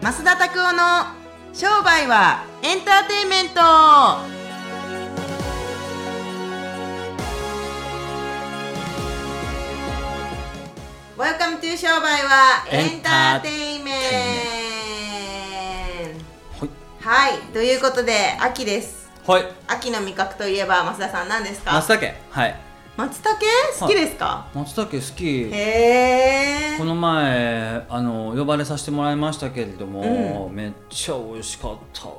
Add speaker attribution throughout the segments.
Speaker 1: 増田拓夫の商売はエンターテインメントウェルカムトゥ商売はエンターテインメントはい、ということで秋です
Speaker 2: はい
Speaker 1: 秋の味覚といえば増田さん何ですか
Speaker 2: 松茸はい
Speaker 1: 松茸好きですか、
Speaker 2: 松茸好き
Speaker 1: へ
Speaker 2: こ
Speaker 1: ー
Speaker 2: の前あの呼ばれさせてもらいましたけれども、
Speaker 1: う
Speaker 2: めっちゃ美味しかったわ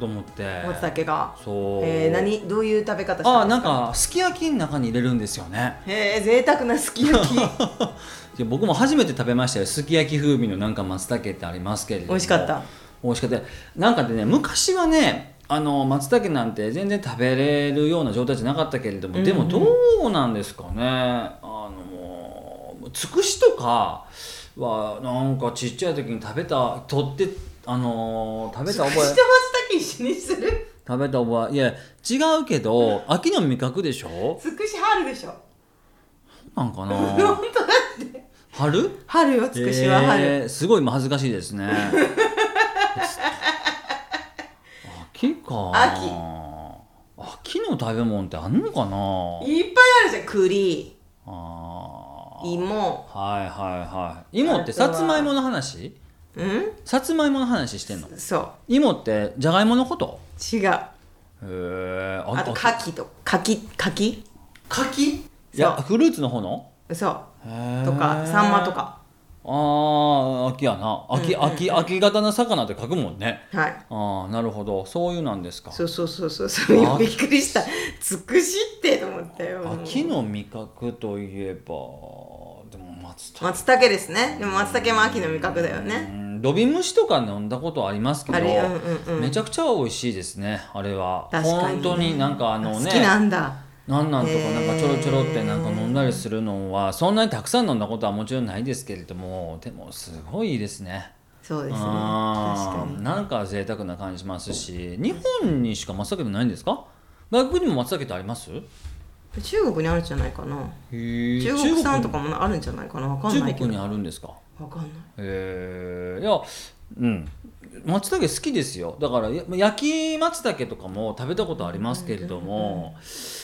Speaker 2: と思って
Speaker 1: 松茸が
Speaker 2: そう
Speaker 1: えー、何どういう食べ方した
Speaker 2: あ
Speaker 1: んで
Speaker 2: な
Speaker 1: す
Speaker 2: ん
Speaker 1: か
Speaker 2: かすき焼きの中に入れるんですよね
Speaker 1: へえ贅沢なすき 焼き
Speaker 2: いや僕も初めて食べましたよすき焼き風味のなんか松茸ってありますけれども
Speaker 1: 美味しかった
Speaker 2: 美味しかったなんかでね昔はねあの松茸なんて全然食べれるような状態じゃなかったけれども、
Speaker 1: うんうん
Speaker 2: でもどうなんですかねあのつくしとかはなんかちっちゃい時に食べた取ってあの食べた
Speaker 1: 下
Speaker 2: 覚
Speaker 1: 松
Speaker 2: え
Speaker 1: 茸一緒にする
Speaker 2: 食べた覚えいや違うけど秋の味覚でしょ
Speaker 1: つくし春でしょ
Speaker 2: なんか
Speaker 1: 本当だ
Speaker 2: な
Speaker 1: って
Speaker 2: 春
Speaker 1: 春よつくしは春、
Speaker 2: えーすごい今恥ずかしいですね秋か
Speaker 1: 秋
Speaker 2: 秋の食べ物ってあんのかない
Speaker 1: っぱいあるじゃん栗
Speaker 2: あー
Speaker 1: 芋
Speaker 2: はいはいはい芋って
Speaker 1: あとは
Speaker 2: さつまいもの話
Speaker 1: うん
Speaker 2: さつまいもの話してんの
Speaker 1: そ
Speaker 2: 芋ってじゃがいものこと
Speaker 1: う違うあ
Speaker 2: へえ
Speaker 1: と牡蠣と牡蠣牡
Speaker 2: 柿いや
Speaker 1: そう
Speaker 2: フルーツの方の
Speaker 1: 蠣そ
Speaker 2: と
Speaker 1: うとかサンマとか
Speaker 2: あー秋やな秋、秋秋型の魚って書くもんね
Speaker 1: はい
Speaker 2: ああなるほどそういうなんですか
Speaker 1: そうそうそうそうそう今
Speaker 2: あ
Speaker 1: びっくりしたつくしってと思ったよもう
Speaker 2: 秋の味覚といえばでも松茸
Speaker 1: 松茸ですねでも松茸も秋の味覚だよね
Speaker 2: うん土瓶蒸しとか飲んだことありますけど、
Speaker 1: あれうんうんうん
Speaker 2: めちゃくちゃ美味しいですねあれは
Speaker 1: 確かにね
Speaker 2: 本当になんかあの
Speaker 1: 好きな
Speaker 2: ね
Speaker 1: んだ
Speaker 2: なんなんとかなんかちょろちょろっ
Speaker 1: へ
Speaker 2: て
Speaker 1: ー
Speaker 2: なんか飲んだりするのはそんなにたくさん飲んだことはもちろんないですけれどもでもすごいいいですね
Speaker 1: そうですね確
Speaker 2: あ
Speaker 1: か
Speaker 2: ー
Speaker 1: に
Speaker 2: なんか贅沢な感じしますし日本にしか松茸ってないんですか外国にも松茸ってありますへ
Speaker 1: 中国にあるんじゃないかな
Speaker 2: ー
Speaker 1: 中国産とかもあるんじゃないかなわかん
Speaker 2: 中
Speaker 1: ないけ
Speaker 2: 国に
Speaker 1: ど
Speaker 2: あるんですか
Speaker 1: わかんない
Speaker 2: えーいやうん松茸好きですよだからや焼き松茸とかも食べたことありますけれども、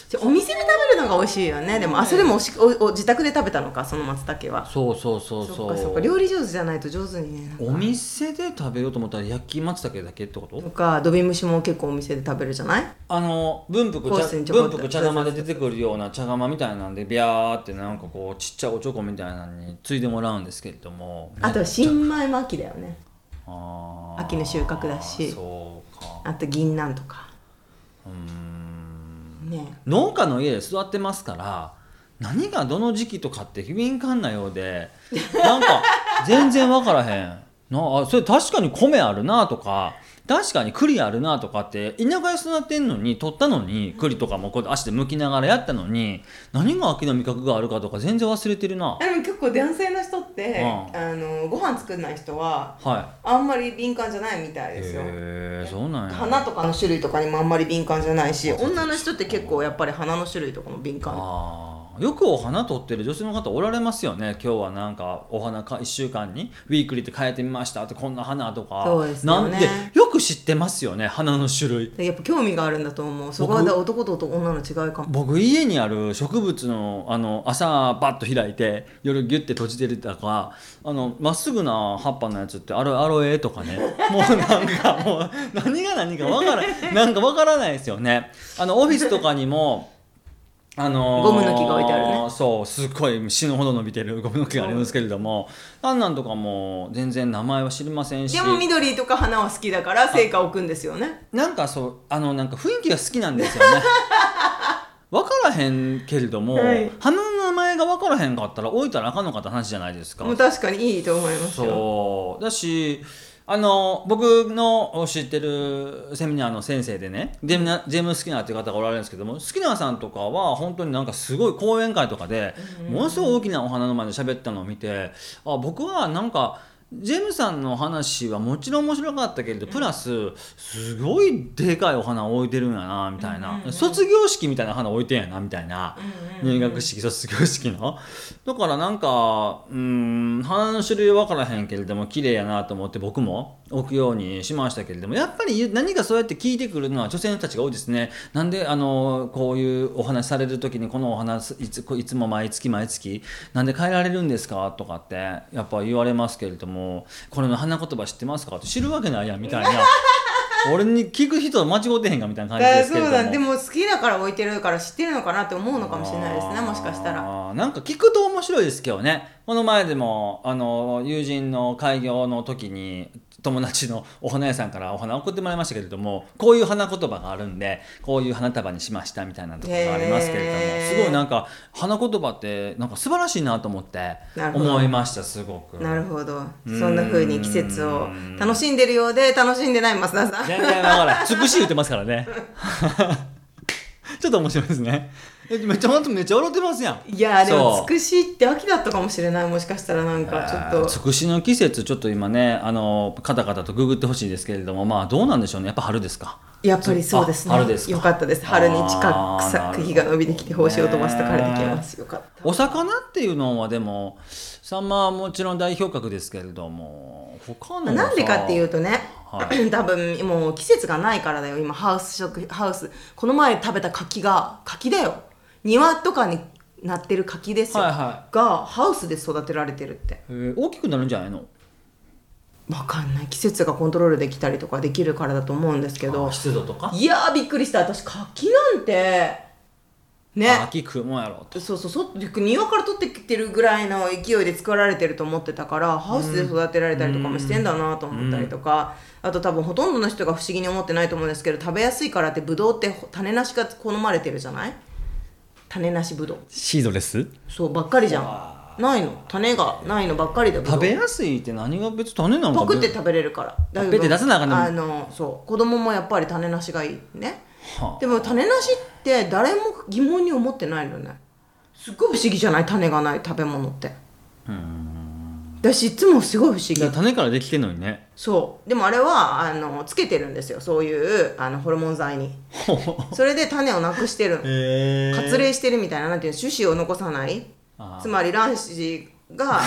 Speaker 1: じゃあお店で食べるのが美味しいよねでもあそれもおしおお自宅で食べたのかその松茸は
Speaker 2: そうそうそう
Speaker 1: そ
Speaker 2: そ
Speaker 1: っか
Speaker 2: う
Speaker 1: そっか料理上手じゃないと上手にねなんか
Speaker 2: お店で食べようと思ったら焼き松茸だけってこと
Speaker 1: とか土瓶蒸しも結構お店で食べるじゃない
Speaker 2: あの文福
Speaker 1: コー
Speaker 2: 茶
Speaker 1: スにちょこっ
Speaker 2: 文
Speaker 1: と
Speaker 2: 福茶釜で出てくるような茶釜みたいなんでビャーってなんかこうちっちゃいおちょこみたいなのについでもらうんですけれども
Speaker 1: あとは新米も秋だよね
Speaker 2: あー
Speaker 1: 秋の収穫だし
Speaker 2: そうか
Speaker 1: あと銀杏とか
Speaker 2: うーん
Speaker 1: ね
Speaker 2: 農家の家で育ってますから何がどの時期とかって敏感なようでなんか全然分からへんなあそれ確かに米あるなとか確かに栗あるなとかって田舎で育ってんのに取ったのに栗とかもこう足で剥きながらやったのに何が秋の味覚があるかとか全然忘れてるな
Speaker 1: でも結構男性の人って
Speaker 2: うん
Speaker 1: あのご飯作んない人は
Speaker 2: は
Speaker 1: あんまり敏感じゃないみたい
Speaker 2: いへえそうなんや
Speaker 1: 花とかの種類とかにもあんまり敏感じゃないし女の人って結構やっぱり花の種類とかも敏感
Speaker 2: あーよくお花取ってる女性の方おられますよね今日はなんかお花か1週間にウィークリーって変えてみましたってこんな花とか
Speaker 1: そうですよね
Speaker 2: なんでよく知ってますよね花の種類
Speaker 1: でやっぱ興味があるんだと思うそこは
Speaker 2: 僕
Speaker 1: 男と女の違いかも
Speaker 2: 僕家にある植物のあの朝パッと開いて夜ギュッて閉じてるとかあのまっすぐな葉っぱのやつってアロアロエと かねもうなんかもう何が何かわからなんかわからないですよねあのオフィスとかにもあのー
Speaker 1: ゴムの木が置いてあるね
Speaker 2: そうすっごい死ぬほど伸びてるゴムの木がありますけれどもあんなんとかも全然名前は知りませんし
Speaker 1: でも緑とか花は好きだから成果を置くんですよね
Speaker 2: なんかそうあのなんか雰囲気が好きなんで すよね分からへんけれども、
Speaker 1: はい
Speaker 2: 花の名前が分からへんかったら置いたらあかんのかって話じゃないですか
Speaker 1: もう確かにいいと思いますよ
Speaker 2: そうだしあの僕の知ってるセミナーの先生でねジェムナジェームス・スキナーっていう方がおられるんですけどもスキナーさんとかは本当になんかすごい講演会とかでものすごい大きなお花の前で喋ったのを見てあ僕はなんかジェムさんの話はもちろん面白かったけれどプラスすごいでかいお花置いてるんやなみたい
Speaker 1: うん
Speaker 2: な
Speaker 1: うんうん
Speaker 2: 卒業式みたいな花置いてんやなみたいな
Speaker 1: うんうん
Speaker 2: 入学式卒業式のだからなんかうーん半種類分からへんけれども綺麗やなと思って僕も置くようにしましたけれどもやっぱり何かそうやって聞いてくるのは女性たちが多いですねなんであのこういうお話される時にこのお話いついつも毎月毎月なんで変えられるんですかとかってやっぱ言われますけれどもこれの花言葉知ってますかって知るわけないやんみたいな俺に聞く人間違ってへんかみたいな感じ
Speaker 1: だか
Speaker 2: で
Speaker 1: ら
Speaker 2: すけ
Speaker 1: そ
Speaker 2: れど
Speaker 1: うだ
Speaker 2: も
Speaker 1: で。も好きだから置いてるから知ってるのかなって思うのかもしれないですね
Speaker 2: あー
Speaker 1: もしかしたら
Speaker 2: なんか聞くと面白いですけどねこの前でもあの友人の開業の時に友達のお花屋さんからお花送ってもらいましたけれどもこういう花言葉があるんでこういう花束にしましたみたいなところがありますけれども
Speaker 1: へー
Speaker 2: すごいなんか花言葉ってなんか素晴らしいなと思って
Speaker 1: なるほど
Speaker 2: 思いましたすごく。
Speaker 1: なるほどそ
Speaker 2: うん
Speaker 1: んな風に季節を楽しんでるようで楽しんでない増田さん
Speaker 2: 全然わからん。尽くし言ってますからね。 ちょっと面白いですね。えめっちゃ本当めっちゃ笑ってますやん。
Speaker 1: いやーでも
Speaker 2: そう
Speaker 1: 美しいって秋だったかもしれないもしかしたらなんかちょっ
Speaker 2: つ
Speaker 1: と
Speaker 2: くしの季節ちょっと今ねあのカタカタとググってほしいですけれどもまあどうなんでしょうねやっぱ春ですか
Speaker 1: やっぱりそうですね
Speaker 2: あ春ですか
Speaker 1: よかったです春に近
Speaker 2: あ
Speaker 1: く
Speaker 2: ー
Speaker 1: さ
Speaker 2: なるほど
Speaker 1: 茎が伸びてきて胞子を飛ばして枯れてきますよかった
Speaker 2: お魚っていうのはでもサンマはもちろん代表格ですけれども他の
Speaker 1: なんでかっていう
Speaker 2: と
Speaker 1: とね、
Speaker 2: は
Speaker 1: 多分もう季節がないからだよ今ハウス食ハウスこの前食べた柿が柿だよ庭とかになってる柿ですよ、
Speaker 2: はいは
Speaker 1: がハウスで育てられてるって
Speaker 2: えー大きくなるんじゃないの
Speaker 1: わかんない季節がコントロールできたりとかできるからだと思うんですけど
Speaker 2: 湿度とか
Speaker 1: いやーびっくりした私柿なんてね
Speaker 2: 秋食うもんやろと
Speaker 1: そうそうそう庭から取ってきてるぐらいの勢いで作られてると思ってたからハウスで育てられたりとかもしてんだなと思ったりとか、あと多分ほとんどの人が不思議に思ってないと思うんですけど食べやすいからってブドウって種なしが好まれてるじゃない種なしブドウ
Speaker 2: シードレス
Speaker 1: そうばっかりじゃんないの種がないのばっかりだブドウ
Speaker 2: 食べやすいって何が別に種なの
Speaker 1: パ
Speaker 2: か
Speaker 1: クって食べれるからだけど
Speaker 2: パクって出さなあかんの
Speaker 1: あのそう子供もやっぱり種なしがいいね
Speaker 2: はあ
Speaker 1: でも種なしって誰も疑問に思ってないのねすっごい不思議じゃない種がない食べ物って私いつもすごい不思議
Speaker 2: だから種からできてんの にね
Speaker 1: そうでもあれはあのつけてるんですよそういうあのホルモン剤にそれで種をなくしてるの
Speaker 2: へ
Speaker 1: 割礼してるみたいななんていうの種子を残さない
Speaker 2: あー
Speaker 1: つまり卵子 が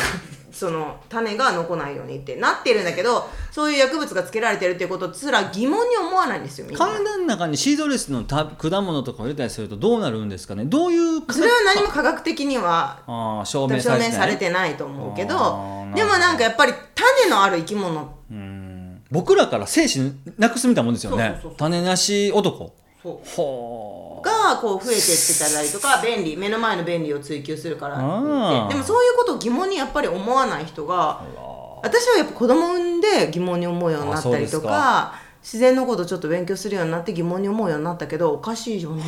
Speaker 1: その種が残ないようにってなってるんだけどそういう薬物がつけられてるっていうことすら疑問に思わないんですよみんな
Speaker 2: 体の中にシードレスのた果物とかを入れたりするとどうなるんですかねどういう
Speaker 1: それは何も科学的には
Speaker 2: ああ証
Speaker 1: 多
Speaker 2: 明
Speaker 1: 分
Speaker 2: さ
Speaker 1: 証
Speaker 2: れて
Speaker 1: 明
Speaker 2: ない
Speaker 1: されてないと思うけど
Speaker 2: あー
Speaker 1: でもなんかやっぱり種のある生き物
Speaker 2: うん僕らから精子なくすみたいなもんですよ
Speaker 1: そう
Speaker 2: ね
Speaker 1: そうそうそう
Speaker 2: 種なし男
Speaker 1: そう
Speaker 2: ほう
Speaker 1: がこう増えてってたりとか便利目の前の便利を追求するから
Speaker 2: あー
Speaker 1: でもそういうことを疑問にやっぱり思わない人が私はやっぱ子供産んで疑問に思うようになったりとか自然のことちょっと勉強するようになって疑問に思うようになったけどおかしいよね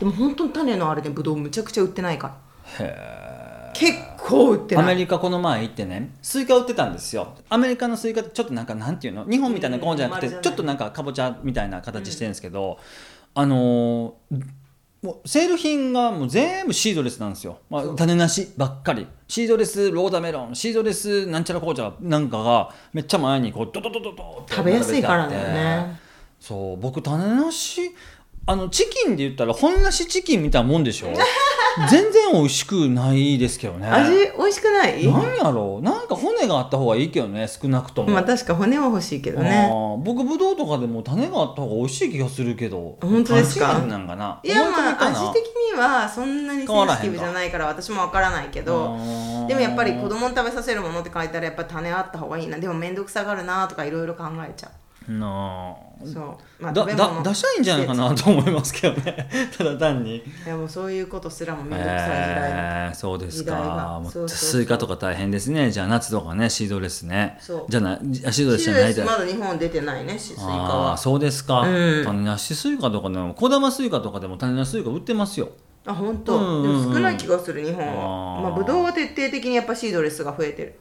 Speaker 1: でも本当に種のあれでブドウむちゃくちゃ売ってないから結構売って
Speaker 2: ア
Speaker 1: な
Speaker 2: メ
Speaker 1: い
Speaker 2: リカこの前行ってねスイカ売ってたんですよアメリカのスイカってちょっとなんかなんていうの日本みたいなコーンじゃなくて
Speaker 1: うん丸じゃない
Speaker 2: ちょっとなんかかぼちゃみたいな形してるんですけど、あのーもうセール品がもう全部シードレスなんですよ、まあ、種なしばっかりシードレスローダメロンシードレスなんちゃら紅茶なんかがめっちゃ前にこうドドドドドって
Speaker 1: 食べやすいからだよ
Speaker 2: 並べてあって
Speaker 1: ね
Speaker 2: そう僕種なしあのチキンで言ったら本なしチキンみたいなもんでし ょ全然美味しくないですけどね
Speaker 1: 味美味しくない
Speaker 2: なんやろうなんか骨があった方がいいけどね少なくとも、
Speaker 1: まあ確か骨は欲しいけど
Speaker 2: あ
Speaker 1: ね
Speaker 2: ー僕ぶどうとかでも種があった方が美味しい気がするけど
Speaker 1: 本当ですか
Speaker 2: 種類なんかない
Speaker 1: やま
Speaker 2: 思い込みかな
Speaker 1: あ味的にはそんなにセンシティブじゃないから私もわからないけど
Speaker 2: あー
Speaker 1: でもやっぱり子供に食べさせるものって書いたらやっぱ種あった方がいいなでも面倒くさがるなとかいろいろ考えちゃ
Speaker 2: な
Speaker 1: うそうま
Speaker 2: あ
Speaker 1: あ
Speaker 2: だ
Speaker 1: 食べ物
Speaker 2: だ出したいんじゃないかなと思いますけどね ただ単に
Speaker 1: いやもうそういうことすらも面倒くさい時代、
Speaker 2: えー、そうです
Speaker 1: 時代が
Speaker 2: かもう
Speaker 1: そうそうそう
Speaker 2: スイカとか大変ですねじゃあ夏とかねシードレスね
Speaker 1: そう
Speaker 2: じゃないあシードレス
Speaker 1: シ
Speaker 2: じ
Speaker 1: ー
Speaker 2: ゃ
Speaker 1: ド
Speaker 2: な
Speaker 1: レ
Speaker 2: い
Speaker 1: ス
Speaker 2: だ
Speaker 1: まだ日本出てないねしスイカ
Speaker 2: ああ
Speaker 1: は
Speaker 2: ーそうですか、
Speaker 1: うん
Speaker 2: 種なしスイカとかでも小玉スイカとかでも種なしスイカ売ってますよ
Speaker 1: あ本当、
Speaker 2: うん
Speaker 1: でも少ない気がする日本は
Speaker 2: あー
Speaker 1: まあぶどうは徹底的にやっぱシードレスが増えてる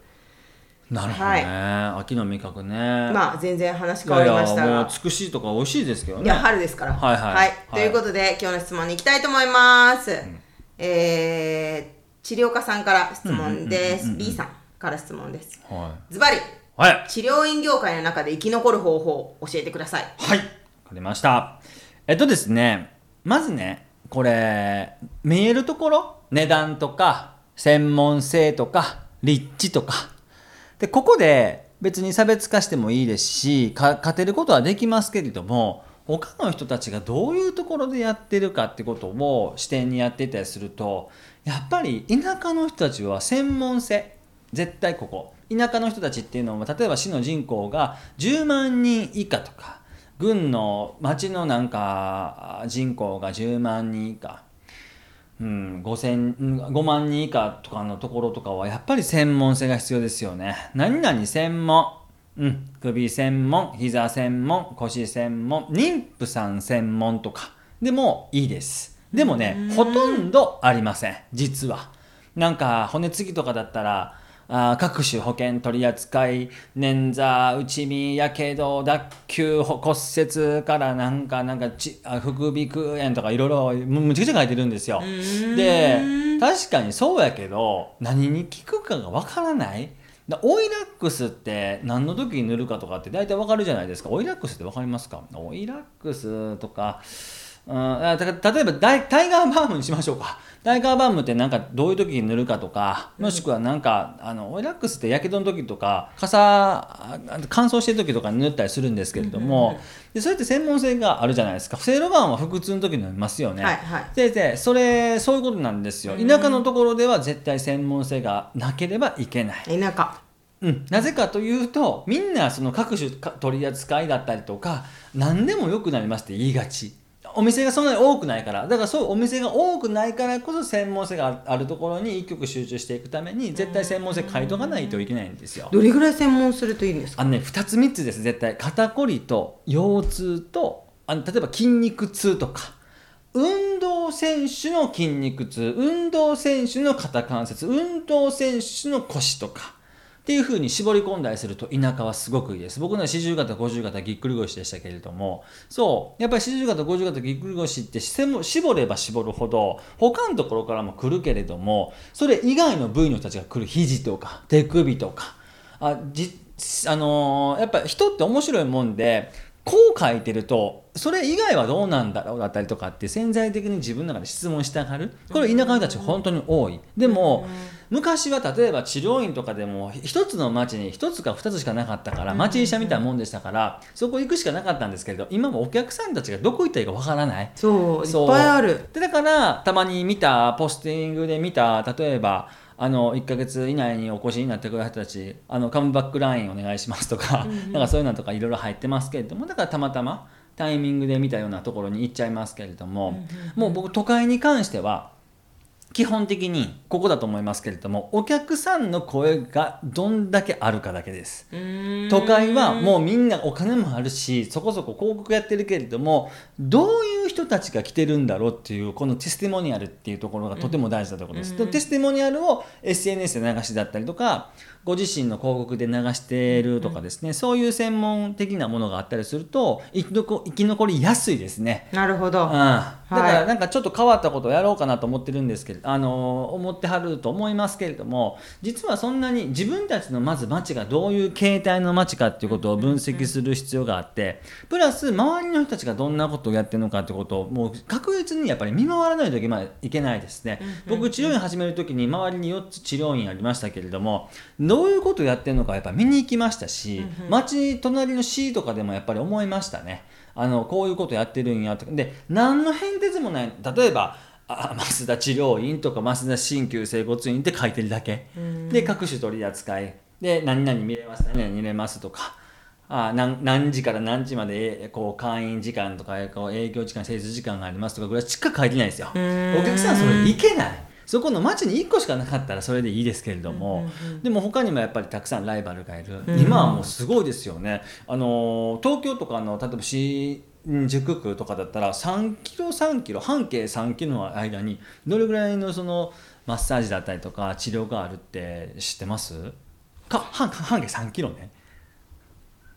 Speaker 2: なるほどね、秋の味覚ねあ
Speaker 1: まあ全然話変わりましたが
Speaker 2: いやいやもうつくしとか美味しいですけどね
Speaker 1: いや春ですから。
Speaker 2: はいはいはい
Speaker 1: ということで今日の質問に行きたいと思います。えー、治療家さんから質問です。B さんから質問です。
Speaker 2: は
Speaker 1: ズバリ
Speaker 2: はい
Speaker 1: 治療院業界の中で生き残る方法教えてください
Speaker 2: はいわかりましたえっとですねまずねこれ見えるところ値段とか専門性とか立地とかでここで別に差別化してもいいですしか勝てることはできますけれども他の人たちがどういうところでやってるかってことを視点にやっていたりするとやっぱり田舎の人たちは専門性絶対ここ田舎の人たちっていうのは例えば市の人口が10万人以下とか軍の町のなんか人口が10万人以下、うん、5000うん5万人以下とかのところとかはやっぱり専門性が必要ですよね何々専門うん、首専門膝専門腰専門妊婦さん専門とかでもいいですでもねほとんどありません実はなんか骨継ぎとかだったらあー各種保険取り扱い捻挫内身やけど脱臼ほ骨折からなんかなんかちあ副鼻腔炎とかいろいろむむちゃくちゃ書いてるんですよで確かにそうやけど何に効くかがわからないだオイラックスって何の時に塗るかとかって大体わかるじゃないですかオイラックスってわかりますかオイラックスとかうんあた例えばダイタイガーバームにしましょうかタイガーバームってなんかどういう時に塗るかとかもしくはなんかあのオイラックスってやけどの時とか傘あ乾燥してる時とかに塗ったりするんですけれどもでそれって専門性があるじゃないですかセイロバームは腹痛の時に塗りますよね、
Speaker 1: はいはい
Speaker 2: ででそれそういうことなんですよ田舎のところでは絶対専門性がなければいけない
Speaker 1: 田舎
Speaker 2: うん、なぜかというとみんなその各種か取り扱いだったりとか何でも良くなりますって言いがちお店がそんなに多くないからだからそういうお店が多くないからこそ専門性がああるところに一曲集中していくために絶対専門性変えとかないといけないんですよ
Speaker 1: どれぐらい専門するといいんですか
Speaker 2: あのね2つ3つです絶対肩こりと腰痛とあの例えば筋肉痛とか運動選手の筋肉痛運動選手の肩関節運動選手の腰とかっていう風に絞り込んだりすると田舎はすごくいいです僕のは40肩50肩ぎっくり腰でしたけれどもそうやっぱり40肩50肩ぎっくり腰ってせも絞れば絞るほど他のところからも来るけれどもそれ以外の部位の人たちが来る肘とか手首とかあじあのーやっぱ人って面白いもんでこう書いてるとそれ以外はどうなんだろうだったりとかって潜在的に自分の中で質問したがるこれ田舎の人たち本当に多いでも昔は例えば治療院とかでも一つの町に一つか二つしかなかったから町医者みたいなもんでしたからそこ行くしかなかったんですけれど今もお客さんたちがどこ行ったらいいかわからない
Speaker 1: そうい
Speaker 2: そう
Speaker 1: っぱいある
Speaker 2: でだからたまに見たポスティングで見た例えばあの1ヶ月以内にお越しになってくれた人たちあのカムバックラインお願いしますとか,、なんかそういうのとかいろいろ入ってますけれどもだからたまたまタイミングで見たようなところに行っちゃいますけれども、もう僕都会に関しては基本的にここだと思いますけれどもお客さんの声がどんだけあるかだけです。都会はもうみんなお金もあるしそこそこ広告やってるけれどもどういう人たちが来てるんだろうっていうこのテスティモニアルっていうところがとても大事なところです。でテスティモニアルを SNS で流しだったりとかご自身の広告で流してるとかですね、そういう専門的なものがあったりすると生き残生き残りやすいですね。
Speaker 1: なるほど、
Speaker 2: うん、だか
Speaker 1: は
Speaker 2: ら
Speaker 1: い
Speaker 2: なんかちょっと変わったことをやろうかなと思ってるんですけれど、あのー思ってはると思いますけれども実はそんなに自分たちのまず街がどういう形態の街かっていうことを分析する必要があってプラス周りの人たちがどんなことをやってるのかってことをもう確実にやっぱり見回らないといけないいけないですね。僕治療院始める時に周りに4つ治療院ありましたけれどもどういうことをやってるのかやっぱ見に行きましたし街隣の市とかでもやっぱり思いましたね。あのこういうことやってるんやとかで何の変哲もない例えばあ増田治療院とか増田鍼灸整骨院って書いてるだけで各種取り扱いで何々見れます何々見れますとかあ何何時から何時までえこう会員時間とかえこう営業時間施術時間がありますとかぐらいしか書いてないですよお客さんそれいけないそこの街に1個しかなかったらそれでいいですけれども、でも他にもやっぱりたくさんライバルがいる、今はもうすごいですよねあの東京とかの例えば市うん塾区とかだったら3キロ3キロ半径3キロの間にどれぐらいのそのマッサージだったりとか治療があるって知ってますか半半径3キロね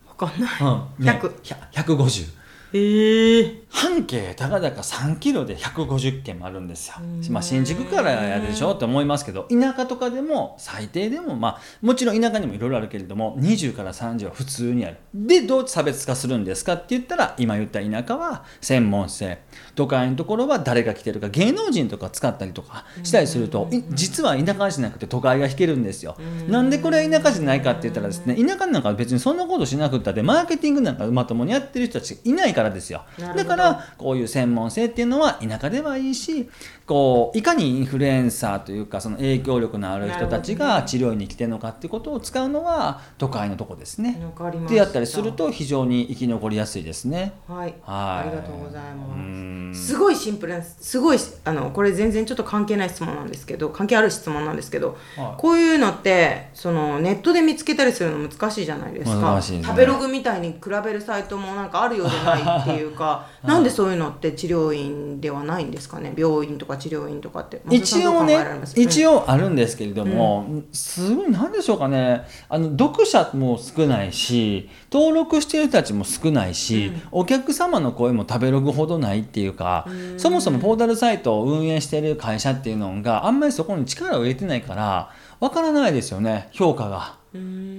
Speaker 1: わかんない
Speaker 2: うんね、
Speaker 1: 100
Speaker 2: 150
Speaker 1: ええ
Speaker 2: 半径たかだか3キロで150件もあるんですよ
Speaker 1: う。ん
Speaker 2: まあ、新宿からやるでしょって思いますけど田舎とかでも最低でも、まあ、もちろん田舎にもいろいろあるけれども20から30は普通にある。でどう差別化するんですかって言ったら今言った田舎は専門性都会のところは誰が来てるか芸能人とか使ったりとかしたりするとい実は田舎じゃなくて都会が引けるんですよ。なんでこれは田舎じゃないかって言ったらですね田舎なんか別にそんなことしなくったってマーケティングなんかまともにやってる人たちいないからですよ。
Speaker 1: なるほ
Speaker 2: だ
Speaker 1: ど
Speaker 2: からこういう専門性っていうのは田舎ではいいしこういかにインフルエンサーというかその影響力のある人たち
Speaker 1: なるほど
Speaker 2: が治療院に来てるのかってことを使うのは都会のとこですね。
Speaker 1: わかりました
Speaker 2: でやったりすると非常に生き残りやすいですね。
Speaker 1: はい、
Speaker 2: はい
Speaker 1: ありがとうござい
Speaker 2: うん
Speaker 1: ます。すごいシンプルなんです。すごいあのこれ全然ちょっと関係ない質問なんですけど、関係ある質問なんですけど、
Speaker 2: はい
Speaker 1: こういうのってそのネットで見つけたりするの難しいじゃないですか。
Speaker 2: 難しいですね
Speaker 1: 食べログみたいに比べるサイトもなんかあるようでないって いうか、なんでそういうのって治療院ではないんですかね。病院とか治療院とかって。
Speaker 2: 一応ね一
Speaker 1: 応。
Speaker 2: 応あるんですけれども、すごい何でしょうかねあの読者も少ないし登録してる人たちも少ないし、お客様の声も食べログほどないっていうかそもそもポータルサイトを運営してる会社っていうのがあんまりそこに力を入れてないからわからないですよね評価が。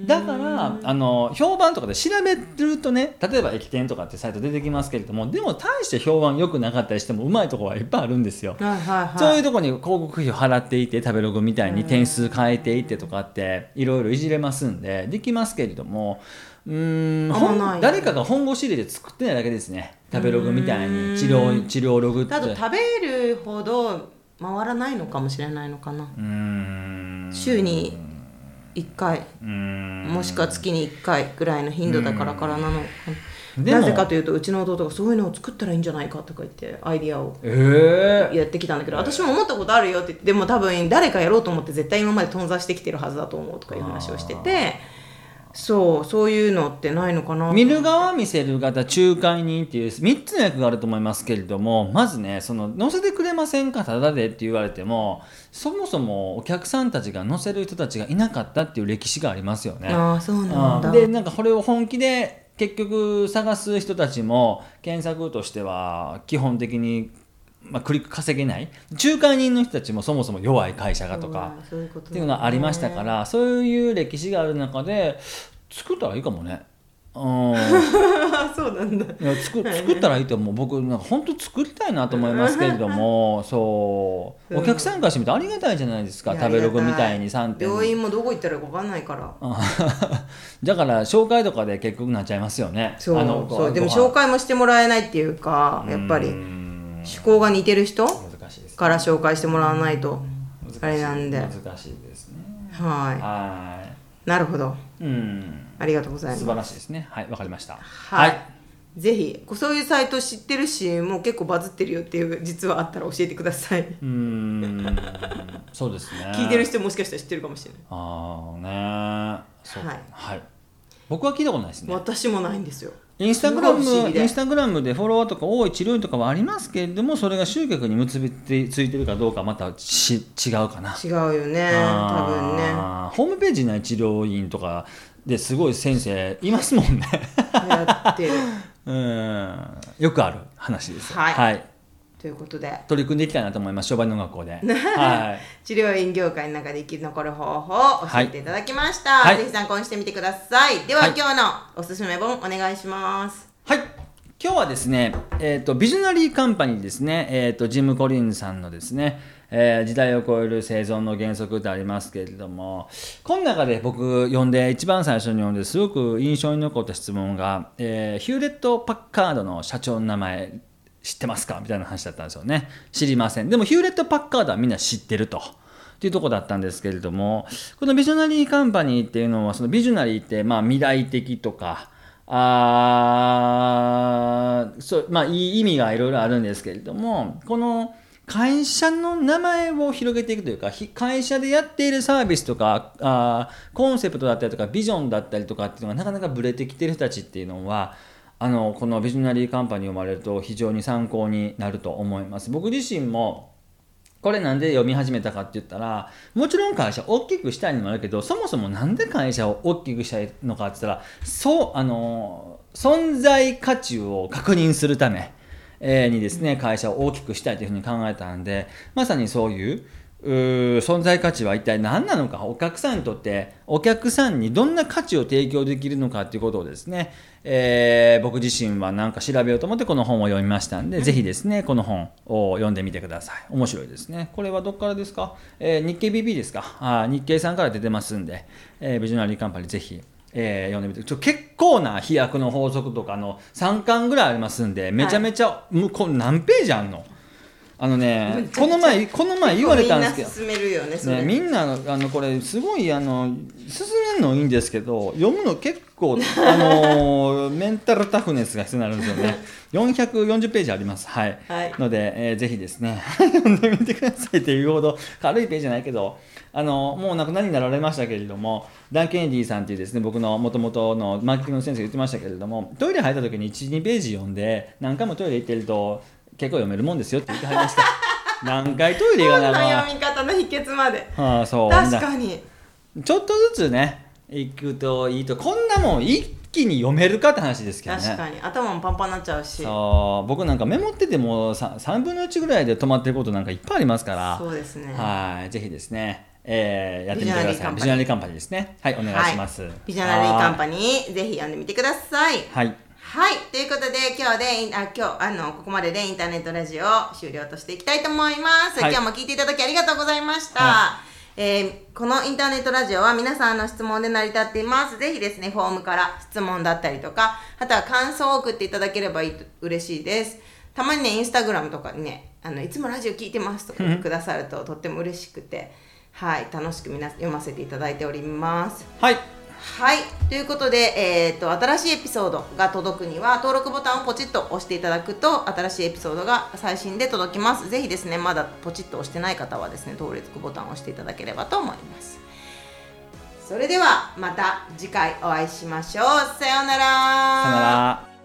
Speaker 2: だからあの評判とかで調べるとね例えば駅店とかってサイト出てきますけれどもでも大して評判良くなかったりしてもうまいとこはいっぱいあるんですよ。
Speaker 1: はいはいはい。
Speaker 2: そういうとこに広告費を払っていって食べログみたいに点数変えていってとかっていろいろいじれますんでできますけれどもうーん
Speaker 1: あんま
Speaker 2: 本
Speaker 1: ない
Speaker 2: 誰かが本腰入れて作ってないだけですね食べログみたいに治療治療ログって
Speaker 1: あと食べるほど回らないのかもしれないのかな。
Speaker 2: うーん
Speaker 1: 週に1回
Speaker 2: うーん
Speaker 1: もしくは月に1回ぐらいの頻度だからからなのか
Speaker 2: うんで
Speaker 1: な
Speaker 2: も
Speaker 1: なぜかというとうちの弟がそういうのを作ったらいいんじゃないかとか言ってアイディアを
Speaker 2: えー、
Speaker 1: やってきたんだけど私も思ったことあるよって言ってでも多分誰かやろうと思って絶対今まで頓挫してきてるはずだと思うとかいう話をしててそうそういうのってないのかな
Speaker 2: 見る側見せる方仲介人っていう3つの役があると思いますけれどもまずねその載せてくれませんかただでって言われてもそもそもお客さんたちが載せる人たちがいなかったっていう歴史がありますよね。
Speaker 1: ああそうなん
Speaker 2: う
Speaker 1: だ
Speaker 2: んでなんかこれを本気で結局探す人たちも検索としては基本的に、まあ、クリック稼げない仲介人の人たちもそもそも弱い会社がとか。
Speaker 1: そういうこと
Speaker 2: っていうのがありましたから、そういう歴史がある中で作ったらいいかもね。うん
Speaker 1: ら そうなんだ
Speaker 2: いや 作作ったらいいと思う僕なんか本当作りたいなと思いますけれどもそう
Speaker 1: うん
Speaker 2: お客さんからしてみてありがたいじゃないですか食べログみたいに3点
Speaker 1: 病院もどこ行ったらいいか分かんないから
Speaker 2: あだから紹介とかで結局なっちゃいますよね
Speaker 1: そう
Speaker 2: あのご
Speaker 1: そうでも
Speaker 2: ご飯
Speaker 1: 紹介もしてもらえないっていうかやっぱり
Speaker 2: うーん
Speaker 1: 趣向が似てる人
Speaker 2: 難しいです
Speaker 1: から紹介してもらわないと
Speaker 2: 難しい
Speaker 1: あれなんで
Speaker 2: 難しいですね
Speaker 1: は
Speaker 2: はい
Speaker 1: なるほど
Speaker 2: いうん
Speaker 1: ありがとうござい
Speaker 2: 素
Speaker 1: ま
Speaker 2: 晴
Speaker 1: す
Speaker 2: らしいですねはいわかりました
Speaker 1: はいぜひこうそういうサイト知ってるしもう結構バズってるよっていう実はあったら教えてください
Speaker 2: うーんそうですね
Speaker 1: 聞いてる人もしかしたら知ってるかもしれない
Speaker 2: ああねそう
Speaker 1: はい
Speaker 2: はい、僕は聞いたことないですね
Speaker 1: 私もないんですよ
Speaker 2: インスタグラム
Speaker 1: すごい不思議で
Speaker 2: インスタグラムでフォロワーとか多い治療院とかはありますけれどもそれが集客に結びついついてるかどうかまたし違うかな
Speaker 1: 違うよね多分ね
Speaker 2: あーホームページにない治療院とかですごい先生いますもんね
Speaker 1: やってる
Speaker 2: うんよくある話です
Speaker 1: はい
Speaker 2: はい、
Speaker 1: ということで
Speaker 2: 取り組んでいきたいなと思います商売の学 校ではい
Speaker 1: 治療院業界の中で生き残る方法を教えていただきました、
Speaker 2: はい
Speaker 1: ぜひ参考にしてみてくださいでは、
Speaker 2: はい
Speaker 1: 今日のおすすめ本お願いします
Speaker 2: はい。今日はですね、えっ、と、ビジョナリーカンパニーですね、えっ、と、ジム・コリンズさんのですね、えー時代を超える生存の原則ってありますけれども、この中で僕読んで、一番最初に読んですごく印象に残った質問が、えーヒューレット・パッカードの社長の名前、知ってますかみたいな話だったんですよね。知りません。でもヒューレット・パッカードはみんな知ってると。っていうとこだったんですけれども、このビジョナリーカンパニーっていうのは、そのビジョナリーって、まあ未来的とか、あーそうまあいい意味がいろいろあるんですけれどもこの会社の名前を広げていくというかひ会社でやっているサービスとかあーコンセプトだったりとかビジョンだったりとかっていうのがなかなかブレてきてる人たちっていうのはあのこのビジョナリーカンパニーを生まれると非常に参考になると思います。僕自身もこれなんで読み始めたかって言ったらもちろん会社大きくしたいのもあるけどそもそもなんで会社を大きくしたいのかって言ったらそうあの存在価値を確認するため、えーにですね会社を大きくしたいというふうに考えたんでまさにそういううー存在価値は一体何なのかお客さんにとってお客さんにどんな価値を提供できるのかということをですね、えー僕自身は何か調べようと思ってこの本を読みましたんで、ぜひですねこの本を読んでみてください面白いですねこれはどこからですか、えー日経 BB ですかあー日経さんから出てますんで、えービジョナリーカンパニーぜひえー読んでみてちょ結構な飛躍の法則とかの3巻ぐらいありますんでめちゃめちゃ、もうこれ何ページあんのあの
Speaker 1: めちゃ
Speaker 2: ね
Speaker 1: めちゃ
Speaker 2: この前この前言われたんですけど
Speaker 1: みんな勧めるよねそれ
Speaker 2: ね、みんなあのこれすごいあの進めるのいいんですけど読むの結構あのメンタルタフネスが必要になるんですよね440ページありますはい、
Speaker 1: はい
Speaker 2: ので、えーぜひですね読んでみてくださいっていうほど軽いページじゃないけどあのもうお亡くなりになられましたけれどもダン・ケネディさんっていうですね僕のもともとのマーケティングの先生が言ってましたけれどもトイレ入った時に12ページ読んで何回もトイレ行ってると結構読めるもんですよって言ってはりました何回トイレ行
Speaker 1: 本
Speaker 2: か
Speaker 1: の
Speaker 2: なあかんわ
Speaker 1: 読み方の秘訣まで
Speaker 2: ああそう
Speaker 1: 確かに
Speaker 2: ちょっとずつね行くといいとこんなもん一気に読めるかって話ですけどね
Speaker 1: 確かに頭もパンパンになっちゃうし
Speaker 2: そう僕なんかメモってても 3, 分の1ぐらいで止まってることなんかいっぱいありますから
Speaker 1: そうですね
Speaker 2: はいぜひですね、えーやってみてくださいビ
Speaker 1: ビジョ
Speaker 2: ジョナ
Speaker 1: ナ
Speaker 2: リ
Speaker 1: リ
Speaker 2: ーカンパニーですねはいお願いします、
Speaker 1: はい、ビジョナリーカン
Speaker 2: ニ
Speaker 1: パニーぜひ読んでみてください
Speaker 2: ーはい
Speaker 1: はいということで今日でインあ今日あのここまででインターネットラジオを終了としていきたいと思います、
Speaker 2: はい
Speaker 1: 今日も聞いていただきありがとうございました、
Speaker 2: は
Speaker 1: えーこのインターネットラジオは皆さんの質問で成り立っていますぜひですねフォームから質問だったりとかあとは感想を送っていただければいいと嬉しいですたまにねインスタグラムとかにねあのいつもラジオ聞いてますとか言ってくださるととっても嬉しくてはい楽しく皆読ませていただいております
Speaker 2: はい
Speaker 1: はい、ということで、えー、と新しいエピソードが届くには登録ボタンをポチッと押していただくと新しいエピソードが最新で届きますぜひですねまだポチッと押してない方はですね登録ボタンを押していただければと思いますそれではまた次回お会いしましょうさようなら
Speaker 2: さよなら